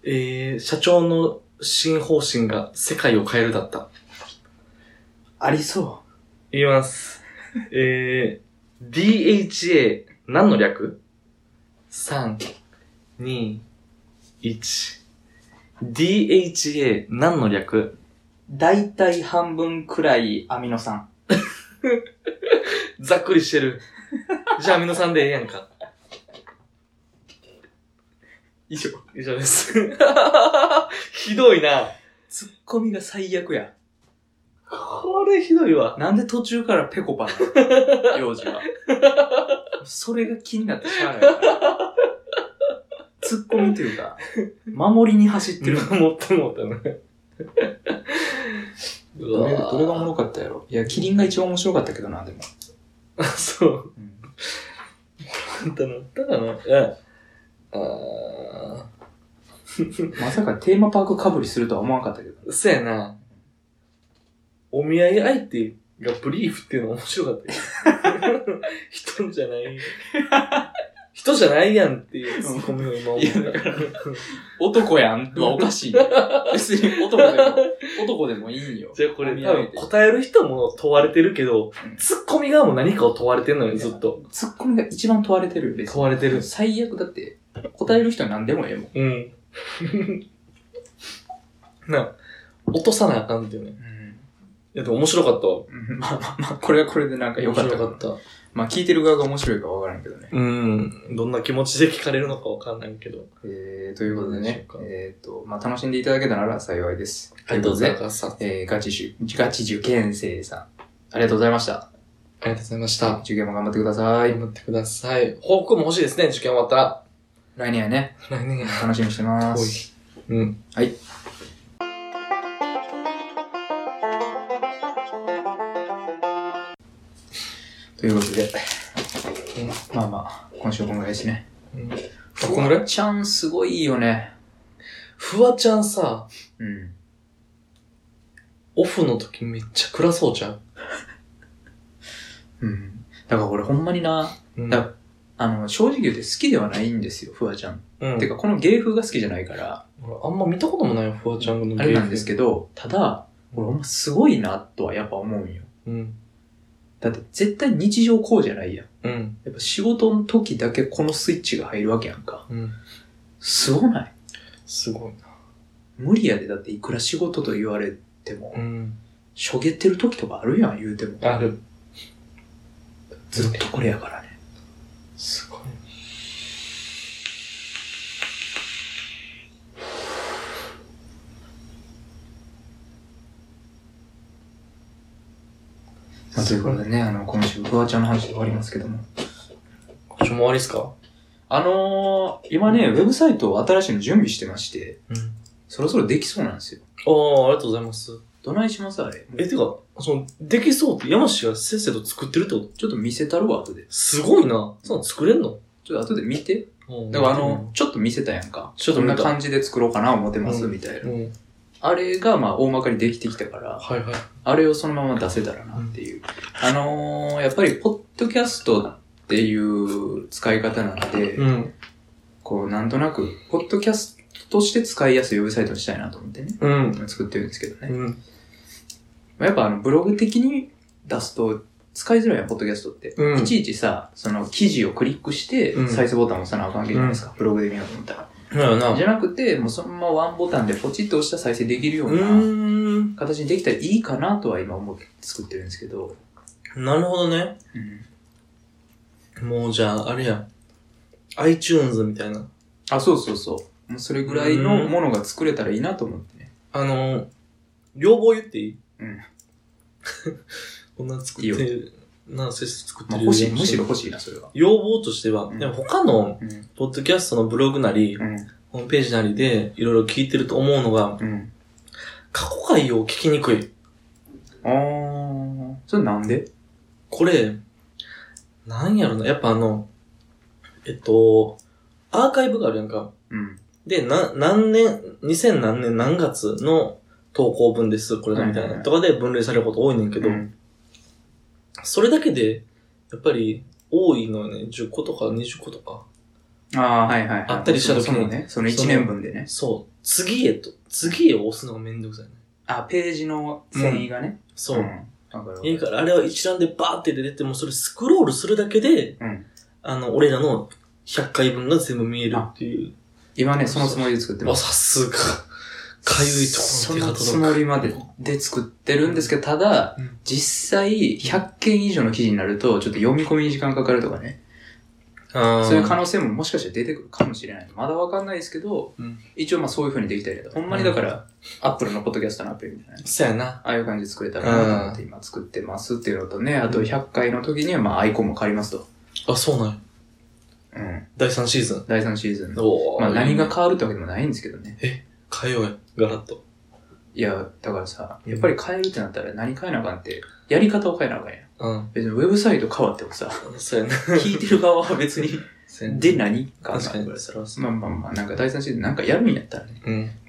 S2: えー、社長の新方針が世界を変えるだった。
S1: ありそ
S2: 言います。えー、DHA 何の略 ?3、2、1。DHA 何の略
S1: う。だいたい半分くらいアミノ酸。
S2: ざっくりしてる。じゃあアミノ酸でええやんか。
S1: 以上。
S2: 以上です。 [LAUGHS] ひどいな。
S1: ツッコミが最悪や。
S2: これひどいわ。
S1: なんで途中からペコパなの幼児は。それが気になってしゃあないから。ツッコミというか、守りに走ってる。
S2: 持ってもうたね。う
S1: どれ
S2: わ
S1: どれがおもろかったやろいや、キリンが一番面白かったけどな、でも。
S2: あ、そう。
S1: うん
S2: あんたなったかなえ。あー
S1: まさかテーマパークかぶりするとは思わなかったけど。
S2: そうやな。お見合い相手がブリーフっていうの面白かった [LAUGHS] よ人じゃない。人じゃないやんっていうツッコミを今思
S1: いやだ
S2: った。
S1: 男やんはおかしい。別に男でも、男でもいいんよ。
S2: じゃあこ
S1: お
S2: れ
S1: 見
S2: 多
S1: 合い
S2: 分答える人も問われてるけど
S1: うん、
S2: ツッコミ側も何かを問われてんのよ、ずっと。
S1: ツッコミが一番問われてるよ、別
S2: 問われてる
S1: に。。最悪だって、答える人は何でもええもん。
S2: うん。 [LAUGHS] なあ、落とさなあかんっていうね。いや、でも面白かったわ。
S1: うんまあまあまあ、これはこれでなんか良かった
S2: 面
S1: か
S2: 白
S1: ら
S2: か。った。
S1: まあ聞いてる側が面白いかわからんけどね。
S2: うん。どんな気持ちで聞かれるのかわかんないけど。
S1: えー、ということでね
S2: どう、でしょうか
S1: えっ、と、まあ楽しんでいただけたなら幸いです。
S2: ありがとうござ
S1: とい
S2: いう
S1: こ
S2: ます。あ
S1: とで。えー、ガチ受、ガチ受験生さん。ありがとうございました。
S2: りがとうございました。
S1: 受験も頑張ってください。
S2: 頑張ってください。報告も欲しいですね、受験終わったら。
S1: 来年やね、
S2: 来年や。
S1: 楽しみにして
S2: [LAUGHS]
S1: ます。
S2: うん。
S1: はい。ということで、まあまあ、今週こんぐらいですね。
S2: うん
S1: このちゃんすごいよね。
S2: フワちゃんさ、
S1: うん。
S2: オフの時めっちゃ暗そうじゃん。
S1: うん。だから俺ほんまにな、
S2: うん
S1: だあの、正直言うて好きではないんですよ、フワちゃん。
S2: うん。
S1: てか、この芸風が好きじゃないから、
S2: 俺あんま見たこともないよ、フワちゃんの
S1: あれなんです
S2: け
S1: けど、ただ、俺ほんますごいなとはやっぱ思うんよ。
S2: ど。うん。
S1: だって絶対日常こうじゃないやん。
S2: うん。
S1: やっぱ仕事の時だけこのスイッチが入るわけやんか。
S2: うん。
S1: すごない
S2: すごいな。
S1: 無理やで、だっていくら仕事と言われても、
S2: うん。
S1: しょげてる時とかあるやん、言うても。
S2: ある。
S1: ずっとこれやからね。
S2: すごい。
S1: まあ、ということでね、あの、今週、フワちゃんの話で終わりますけども。
S2: こっちも終わりっすか
S1: あのー、今ね、ウェブサイトを新しいの準備してまして、
S2: うん。
S1: そろそろできそうなんですよ。
S2: ああ、ありがとうございます。
S1: どないしますあれ。
S2: え、てか、その、できそうって山氏がせっせと作ってるってこと
S1: ちょっと見せたるわ、後で。
S2: すごいな。そんなの作れんの
S1: ちょっと後で見て。
S2: うん
S1: だからあの、、ちょっと見せたやんか。
S2: ちょっと
S1: こんな
S2: 見た
S1: 感じで作ろうかな、思ってます、
S2: うん
S1: みたいな。
S2: うん。
S1: あれが、まあ、大まかにできてきたから、
S2: はいはい。
S1: あれをそのまま出せたらなっていう。あのー、やっぱり、ポッドキャストっていう使い方なので、
S2: うん。
S1: こう、なんとなく、ポッドキャストとして使いやすいウェブサイトにしたいなと思ってね、
S2: うん。
S1: 作ってるんですけどね。
S2: うん。
S1: まあやっぱ、あの、ブログ的に出すと、使いづらいやん、ポッドキャストって。
S2: うん
S1: いちいちさ、その記事をクリックして
S2: う、ん
S1: 再生ボタンを押さなあかんわけじゃないですか、ブログで見ようと思ったら。
S2: だよな。
S1: じゃなくて、もうそのままワンボタンでポチッと押したら再生できるよ
S2: う
S1: うな
S2: ーん。
S1: 形にできたらいいかなとは今思って作ってるんですけど。
S2: なるほどね。もうじゃあ、あれやん。iTunes みたいな。
S1: あ、そうそうそう。もうそれぐらいのものが作れたらいいなと思ってね。
S2: あのー、要望言っていい
S1: うん。
S2: [LAUGHS] こんなん作ってる。な、せっせと作って
S1: まあ、
S2: る。
S1: 欲しい、むしろ欲しいな、それは。
S2: 要望としては
S1: う、ん
S2: でも他の、
S1: うん。
S2: ポッドキャストのブログなり、
S1: うん。
S2: ホームページなりで、いろいろ聞いてると思うのが、
S1: うん。
S2: 過去回を聞きにくい。
S1: あー。それなんで
S2: これ、なんやろな。やっぱあの、えっと、アーカイブがあるやんか。
S1: うん。
S2: で、な、何年、2000何年何月の投稿分です、これだみた
S1: はい
S2: い
S1: はいは
S2: な。
S1: い
S2: とかで分類されること多いねんけど、
S1: うん
S2: それだけで、やっぱり多いのよね。10個とか20個とか。
S1: あー、はいはいはい。
S2: あったりした時に
S1: そもそもね、その1年分でね。
S2: そう。次へと、次へを押すのがめんどくさいね。
S1: あ、ページの繊維がね。
S2: そう。
S1: んわかるわか
S2: いい
S1: る。
S2: から、あれは一覧でバーって出てても、それスクロールするだけで、
S1: うん
S2: あの、俺らの100回分が全部見えるっていう。
S1: 今ね、そのつもりで作って
S2: あ、
S1: ます。
S2: さすが。かゆいとこ
S1: そ
S2: ろに手が
S1: のつ
S2: 届く。
S1: もりまでで作ってるんですけど、ただ、
S2: うん
S1: 実際100件以上の記事になると、ちょっと読み込みに時間かかるとかね、
S2: あー
S1: そういう可能性ももしかして出てくるかもしれない。まだわかんないですけど、
S2: うん
S1: 一応まあそういう風にできたりだと。ほんまにだから、アップルのポッドキャストのアプリみたいな。
S2: そうやな。
S1: ああいう感じで作れたらなと思って今作ってますっていうのとね、あと100回の時にはまあアイコンも変わりますと。
S2: あ、そうなんや。
S1: うん。
S2: 第3シーズン。
S1: 第3シーズンの。
S2: おー
S1: まあ何が変わるってわけでもないんですけどね。
S2: 変えようや。ガラッと。
S1: いや、だからさ、やっぱり変えるってなったら何変えなあかんって、やり方を変えなあかんやん。
S2: うん。
S1: [LAUGHS] 別にウェブサイト変わってもさ、
S2: そうやな。
S1: 聞いてる側は別に
S2: 全
S1: で何かな
S2: 確かに、それはそう。
S1: まあまあまあ、なんか第三シーズンなんかやるんやったらね、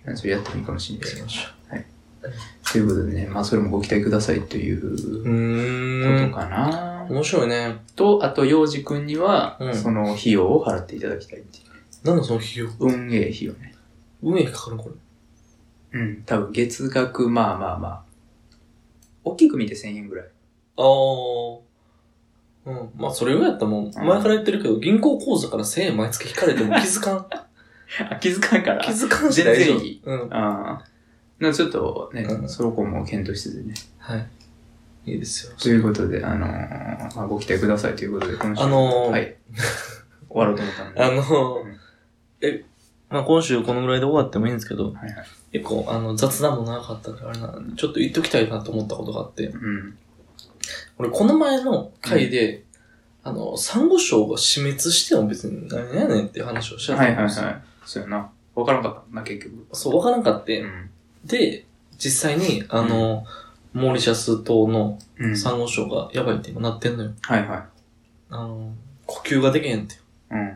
S2: うん。
S1: それやってもいいかもしれないですけど。
S2: し
S1: ということでね、まあそれもご期待くださいという
S2: う
S1: こ
S2: ー
S1: と
S2: ん。
S1: かな。
S2: 面白いね。
S1: と、あと、洋二くんには、
S2: うん
S1: その費用を払っていただきたいっていう。
S2: なんだその費用。
S1: 運営費用ね。
S2: 運営費かかるのこれ。
S1: うん、多分月額、まあまあまあ。大きく見て1000円ぐらい。
S2: ああ。うん。まあ、それをやったらもん、前から言ってるけど、銀行口座から1000円毎月引かれ
S1: [LAUGHS]
S2: ても気づかん。
S1: あ、気づかんから
S2: 気づかんし
S1: 全然
S2: 大丈夫
S1: いい。
S2: うん。
S1: ああ。なちょっとね、
S2: うん
S1: その子も検討しつつね。
S2: はい。いいですよ。
S1: ということで、あのーまあ、ご期待くださいということで、今週。
S2: あの
S1: [LAUGHS]
S2: ー
S1: はい。終わろうと思ったので。
S2: あの
S1: うん、
S2: え、まあ、今週このぐらいで終わってもいいんですけ
S1: は
S2: ど、
S1: いはい。
S2: 結構、あの、雑談も長かったから、あれなんで、ちょっと言っときたいなと思ったことがあって、
S1: うん。
S2: 俺、この前の回で、あの、サンゴ礁が死滅しても別に何やねんっていう話をしたと
S1: はい
S2: 思うん
S1: はい
S2: ですよ。
S1: はい。そうやな。わからんかったな、結局。
S2: そう、わからんかって、
S1: うん。
S2: で、実際に、あの、モーリシャス島の
S1: うん。
S2: サンゴ礁がやばいって今なってんのよ。
S1: はいは
S2: あの、呼吸ができへんって。
S1: い。うん。
S2: っ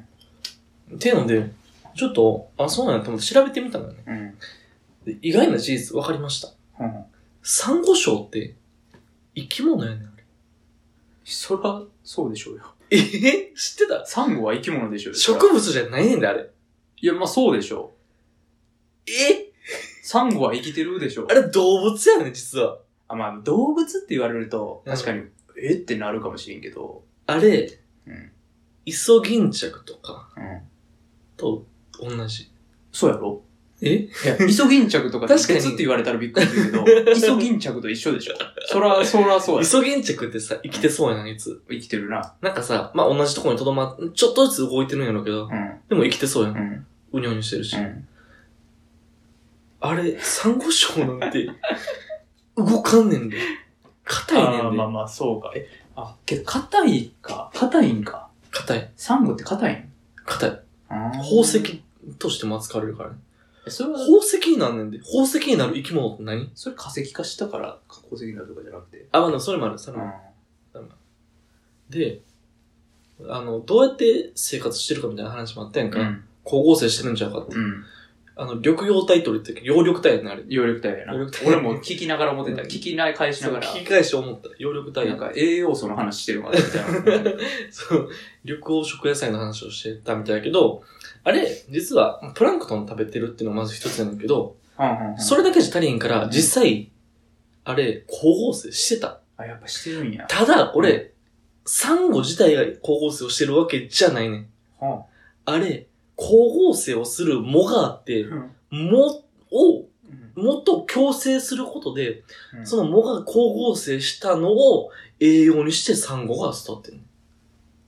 S2: ていうので、ちょっと、あ、そうなんやと思って調べてみたのよね。
S1: うん。
S2: で意外な事実分かりました。
S1: ほんほん
S2: サンゴ礁って、生き物やねん、あれ。
S1: そら、そうでしょうよ。
S2: えへ知ってた
S1: サンゴは生き物でしょうよそら
S2: 植物じゃないねんで、あれ。
S1: いや、まあそうでしょ
S2: え
S1: う。サンゴは生きてるでしょう
S2: あ。れ動物やねん、実は。
S1: あ、まあ動物って言われると、
S2: うん
S1: 確かに、えってなるかもしれんけど。
S2: あれ、
S1: うん。
S2: イソギンチャクとか
S1: うん。
S2: と同じ。
S1: そうやろ
S2: え
S1: い [LAUGHS] や、イソギンチャクとか
S2: 確かに
S1: 別って言われたらびっくりするけ [LAUGHS] ど、イソギンチャクと一緒でしょ。そら、そらそう
S2: イ
S1: や。
S2: ソギンチャクってさ、生きてそうやな、いつ。
S1: 生きてるな。
S2: なんかさ、まあ、同じとこにとどまっ、ちょっとずつ動いてるんやろうけど、
S1: うん。
S2: でも生きてそうや。
S1: うんん。
S2: うにょうにょしてるし。
S1: うん。
S2: あれ、サンゴ礁なんて、動かんねんで。硬いね
S1: あ
S2: ん
S1: ー
S2: で
S1: まあ。まあ、そうか。え、あ、けど、硬いか。硬いんか。
S2: 硬い。
S1: サンゴって硬いん
S2: 硬い。宝
S1: 宝
S2: 石としても扱われるからね。
S1: それは、
S2: 宝石になんねんで。宝石になる生き物って何
S1: それ化石化したから宝石になるとかじゃなくて。
S2: あ、まあでもそれもある、それもある。で、あの、どうやって生活してるかみたいな話もあったやんか。
S1: うん。
S2: 光合成してるんちゃうかって。
S1: うん。
S2: あの、緑葉体取りって、葉緑体になる。
S1: 揚力体やな
S2: 葉緑。体
S1: 俺も聞きながら思ってた。
S2: うん
S1: 聞きな返しながら
S2: そう。聞き返して思った。葉緑体
S1: なんか栄養素の話してるわ、みたいな。
S2: そう、緑黄色野菜の話をしてたみたいだけど、あれ、実は、プランクトン食べてるっていうのがまず一つなんだけど、
S1: うんうんうん
S2: それだけじゃ足りへんから、実際、あれ、光合成してた。
S1: あ、やっぱしてるんや。
S2: ただ、俺、サンゴ自体が光合成をしてるわけじゃないねん。
S1: は
S2: あれ、光合成をする藻があって
S1: あ、うん
S2: 藻を、元を共生することで、
S1: うん
S2: その藻が光合成したのを栄養にしてサンゴが育ってるの。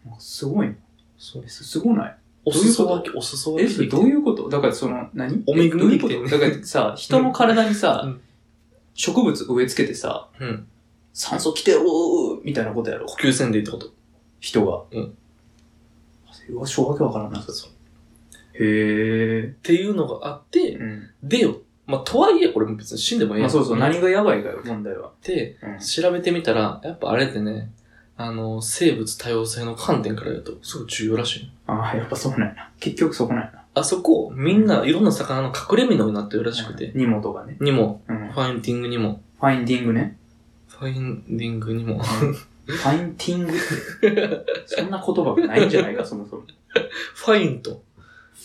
S1: なんかすごいな。
S2: そう
S1: えすすごない。
S2: お裾分け、お裾分
S1: え、
S2: け
S1: それ
S2: できて
S1: どういうことだからその、何
S2: お恵み
S1: えどういうこ
S2: でき
S1: と
S2: て
S1: だ
S2: る
S1: からさ、人の体に
S2: う
S1: さ
S2: ん、
S1: 植物植え付けてさ、
S2: うん。
S1: 酸素来てろーみたいなことやろ
S2: 呼吸せんでいいってこと。
S1: 人が。
S2: うん。
S1: うわ、しょうわけわからんな。
S2: そう
S1: へー。
S2: っていうのがあって、
S1: うん。
S2: でよ。まあ、とはいえ、これも別に死んでもええ
S1: まあそうそう、
S2: 何っ
S1: 何がやばいかよ、問題は。
S2: て、
S1: うん。
S2: 調べてみたら、やっぱあれってね、あの、生物多様性の観点から言うと、すごい重要らしいの。
S1: ああ、やっぱそうなんやな。結局そこなんやな。
S2: あそこ、みんな、いろんな魚の隠れ蓑になってるらしくて、
S1: ニモとかね。
S2: にも、
S1: うん。
S2: ファインディングにも、
S1: ファインディングね。
S2: ファインディングにも、 [LAUGHS]
S1: ファインティングって、そんな言葉がないんじゃないか、そもそも。フ
S2: ファイント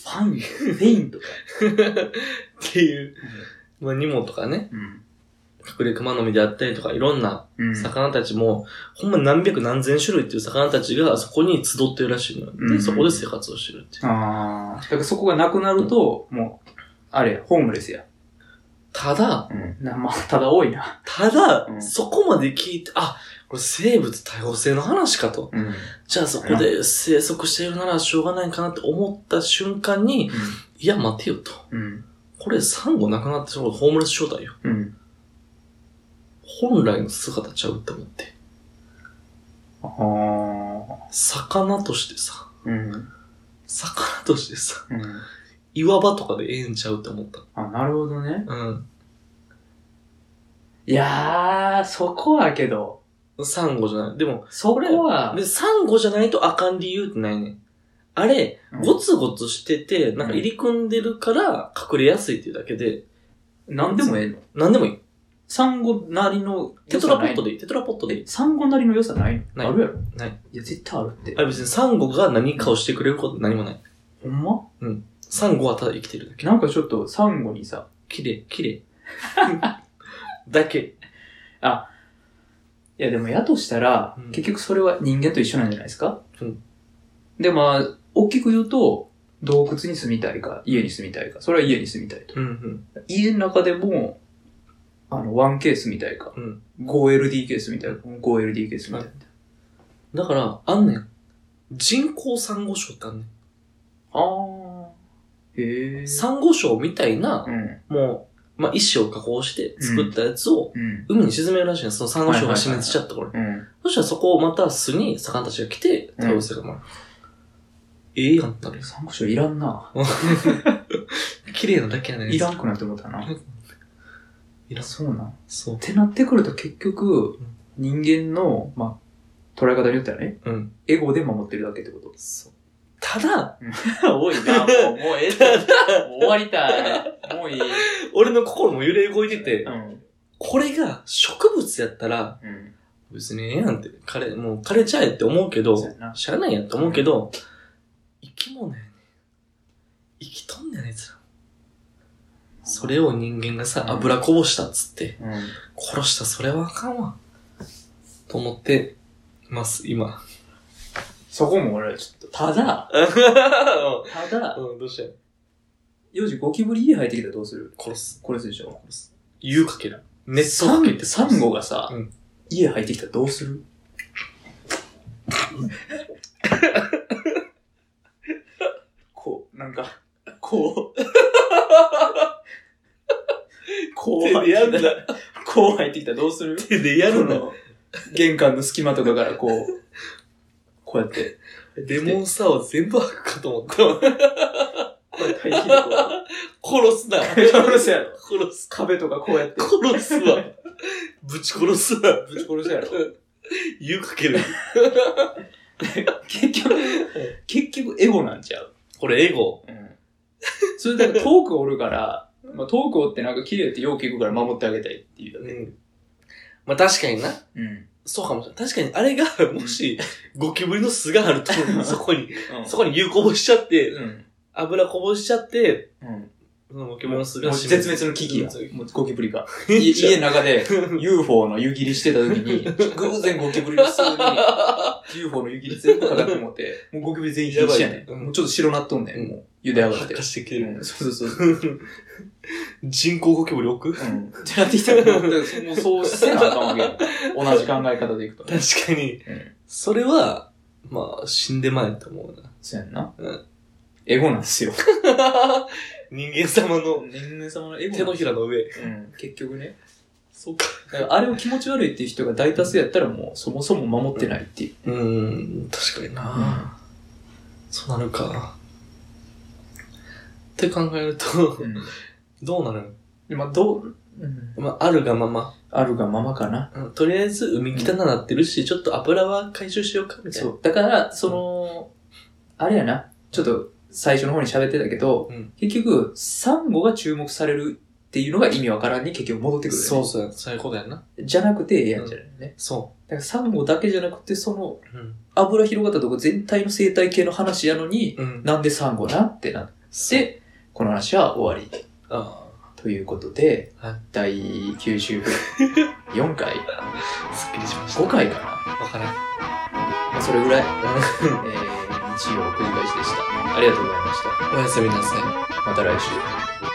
S1: ァイン、フェインとか。
S2: っていう、まあ、にもとかね、
S1: うん。
S2: 隠れ熊の実であったりとか、いろんな
S1: うん。
S2: 魚たちも、ほんま何百何千種類っていう魚たちがそこに集ってるらしいのよ。
S1: う
S2: で、
S1: ん
S2: そこで生活をしてるっていう。
S1: ああ。だからそこがなくなると、もう、あれや、ホームレスや。
S2: ただ、
S1: うん。なまあ、ただ多いな。
S2: ただ、
S1: うん
S2: そこまで聞いて、あ、これ生物多様性の話かと。
S1: うん。
S2: じゃあそこで生息しているならしょうがないかなって思った瞬間に、いや待てよと。
S1: うん。
S2: これサンゴなくなってしまうホームレス状態よ。
S1: うん。
S2: 本来の姿ちゃうって思って。
S1: ああ。
S2: 魚としてさ、
S1: うん。
S2: 魚としてさ、
S1: うん。
S2: 岩場とかでええんちゃうって思っ
S1: あ、なるほどね。
S2: た。うん。
S1: いやー、そこはけど、
S2: サンゴじゃない。でも、
S1: そこは
S2: で、サンゴじゃないとあかん理由ってないねん。あれ、
S1: うん
S2: ゴツゴツしてて、なんか入り組んでるから隠れやすいっていうだけで、
S1: なんでもええの
S2: なんでもいい。
S1: サンゴなりの
S2: テ
S1: 良
S2: ト
S1: さ
S2: ラポ
S1: ない
S2: ットでいい。テトラポットでいい。
S1: サンゴなりの良さないの
S2: ない
S1: あるやろ
S2: ない。
S1: いや、絶対あるって
S2: あ。れ別にサンゴが何かをしてくれること何もない。
S1: ほんま
S2: サンゴはただ生きてるだけ。
S1: なんかちょっとサンゴにさ、
S2: 綺麗、綺麗。 [LAUGHS] だけ。
S1: いやでもやとしたら、
S2: うん
S1: 結局それは人間と一緒なんじゃないですか、
S2: うん
S1: でまあ、大きく言うと、洞窟に住みたいか、家に住みたいか、それは家に住みたいと。
S2: うんうん。
S1: 家の中でも、あの、1K 住みたいか、
S2: うん
S1: 5LDK 住みたいか、5LDK 住みたいか。
S2: だから、あんねん。人工サンゴ礁ってあんね
S1: あー。へえ。
S2: ん。サンゴ礁みたいな
S1: う、ん。
S2: もう、まあ、石を加工して作ったやつを、
S1: うん。
S2: 海に沈めるらしいねんそのサンゴ礁が死滅しちゃった頃
S1: う
S2: に。
S1: ん。
S2: そしたらそこをまた巣に魚たちが来て、食べ寄せるから、ええやんって
S1: [LAUGHS]
S2: なるよ。
S1: 参考書いらんな。
S2: 綺麗なだけやねん。
S1: いらんくなって思ったな。
S2: いらん
S1: そうなん。
S2: そう
S1: っ。てなってくると結局
S2: うん、
S1: 人間の、まあ、捉え方によってはね、
S2: うん。
S1: エゴで守ってるだけってこと。
S2: そう。ただ、
S1: 多いな、もう、もうええってもう終わりたい。もういい。う
S2: 俺の心も揺れ動いてて、
S1: ん。
S2: これが植物やったら、
S1: うん。
S2: 別にええやんって、枯れ、もう枯れちゃえって思うけど、
S1: そうやな
S2: しゃあないやんって思うけど、生き物やねん。生きとんねん、あいつら。それを人間がさ、
S1: うん
S2: 油こぼしたっつって、
S1: うん。
S2: 殺した、それはあかんわ。と思ってます、今。
S1: そこも俺はちょっと、ただ、
S2: う
S1: ただ、
S2: ん、 [LAUGHS] どうしたよ。
S1: 幼児ゴキブリ家入ってきたらどうする
S2: 殺す。
S1: これするでしょ
S2: 殺す。湯かける。熱湯かけて
S1: サンサンゴがさ、
S2: うん
S1: 家入ってきたらどうするこう、なんか、こう。こう
S2: 手でや
S1: 入っ
S2: ん
S1: て
S2: な
S1: きたら、こう入ってきたらどうする
S2: 手でやる
S1: そ
S2: [LAUGHS] の。
S1: の玄関の隙間とかからこう、こうやって、
S2: レモンサワー全部吐くかと思ったわ。
S1: こうやって入ってきてこ
S2: [LAUGHS] [LAUGHS] 殺すな。
S1: う。殺すやろ。
S2: 殺す。
S1: [LAUGHS] 壁とかこうやって、
S2: 殺すわ。ぶち殺すわ。
S1: ぶち殺すやろ。
S2: 湯かける。
S1: 結局、結局エゴなんちゃう
S2: これエゴ。
S1: それだからトークおるから、まあ、トークおってなんか綺麗ってよう聞くから守ってあげたいっていう
S2: う
S1: だけ。
S2: ん。まあ確かにな。
S1: うん。
S2: そうかもしれない。確かにあれが、もし、ゴキブリの巣があると、 [LAUGHS] そこに、そ
S1: そ
S2: こに湯こぼしちゃって、
S1: うん。
S2: 油こぼしちゃって、
S1: うん。
S2: そのゴキブリ
S1: もう
S2: の巣が死
S1: 絶滅の危機が
S2: 絶滅の危。
S1: もうゴキブリが。
S2: 機
S1: [LAUGHS] い家の中 [LAUGHS] で UFO の湯切りしてた時に、偶然ゴキブリの巣に UFO の湯切り全部かかってもって、もうゴキブリ全員必死やね
S2: やばい
S1: ん。
S2: ね
S1: もうちょっと白なっとんね
S2: うん
S1: ん。もう茹で上がっ
S2: 発
S1: て
S2: 火。してきて
S1: う
S2: る。
S1: んそうそうそう。
S2: 人工ゴキブリ置く確
S1: うん。ってなってきたら、もうだからもうそうせなあかんわけやんか同じ考え方でいくと。
S2: かに
S1: うん。
S2: それは、まあ、死んでまえと思う
S1: [LAUGHS]
S2: な。
S1: そうやんな
S2: うん。
S1: エゴなんですよ。
S2: 人間様の
S1: 人間様のエゴ
S2: 手のひらの上。
S1: うん、結局ね。
S2: そうか。
S1: だからあれを気持ち悪いっていう人が大多数やったらもうそもそも守ってないっていう。
S2: うん、確かにな、そうなるか。って考えると、
S1: うん。
S2: どうなる
S1: まあ、どう、うん、
S2: まあ、あるがまま。
S1: あるがままかな。
S2: うんとりあえず、海汚なってるし、ちょっと油は回収しようか、みたいな。
S1: そう。だから、その、あれやな。ちょっと最初の方に喋ってたけど、
S2: うん
S1: 結局、サンゴが注目されるっていうのが意味わからんに結局戻ってくる、ね。
S2: そうそう、そういうことやな。
S1: じゃなくてええやんじゃないのね。
S2: そ
S1: だからサンゴだけじゃなくて、その
S2: う。うん。
S1: 油広がったとこ全体の生態系の話やのに、
S2: うん。
S1: なんでサンゴなってなって、この話は終わり。
S2: あ
S1: ということで、
S2: はい
S1: 第90分4回
S2: [LAUGHS] あ、すっきりしました。
S1: 5回か
S2: わからん。
S1: な、まあ、それぐらい、えー、日曜繰り返しでしたありがとうございまし
S2: おやすみなさい。
S1: たまた来週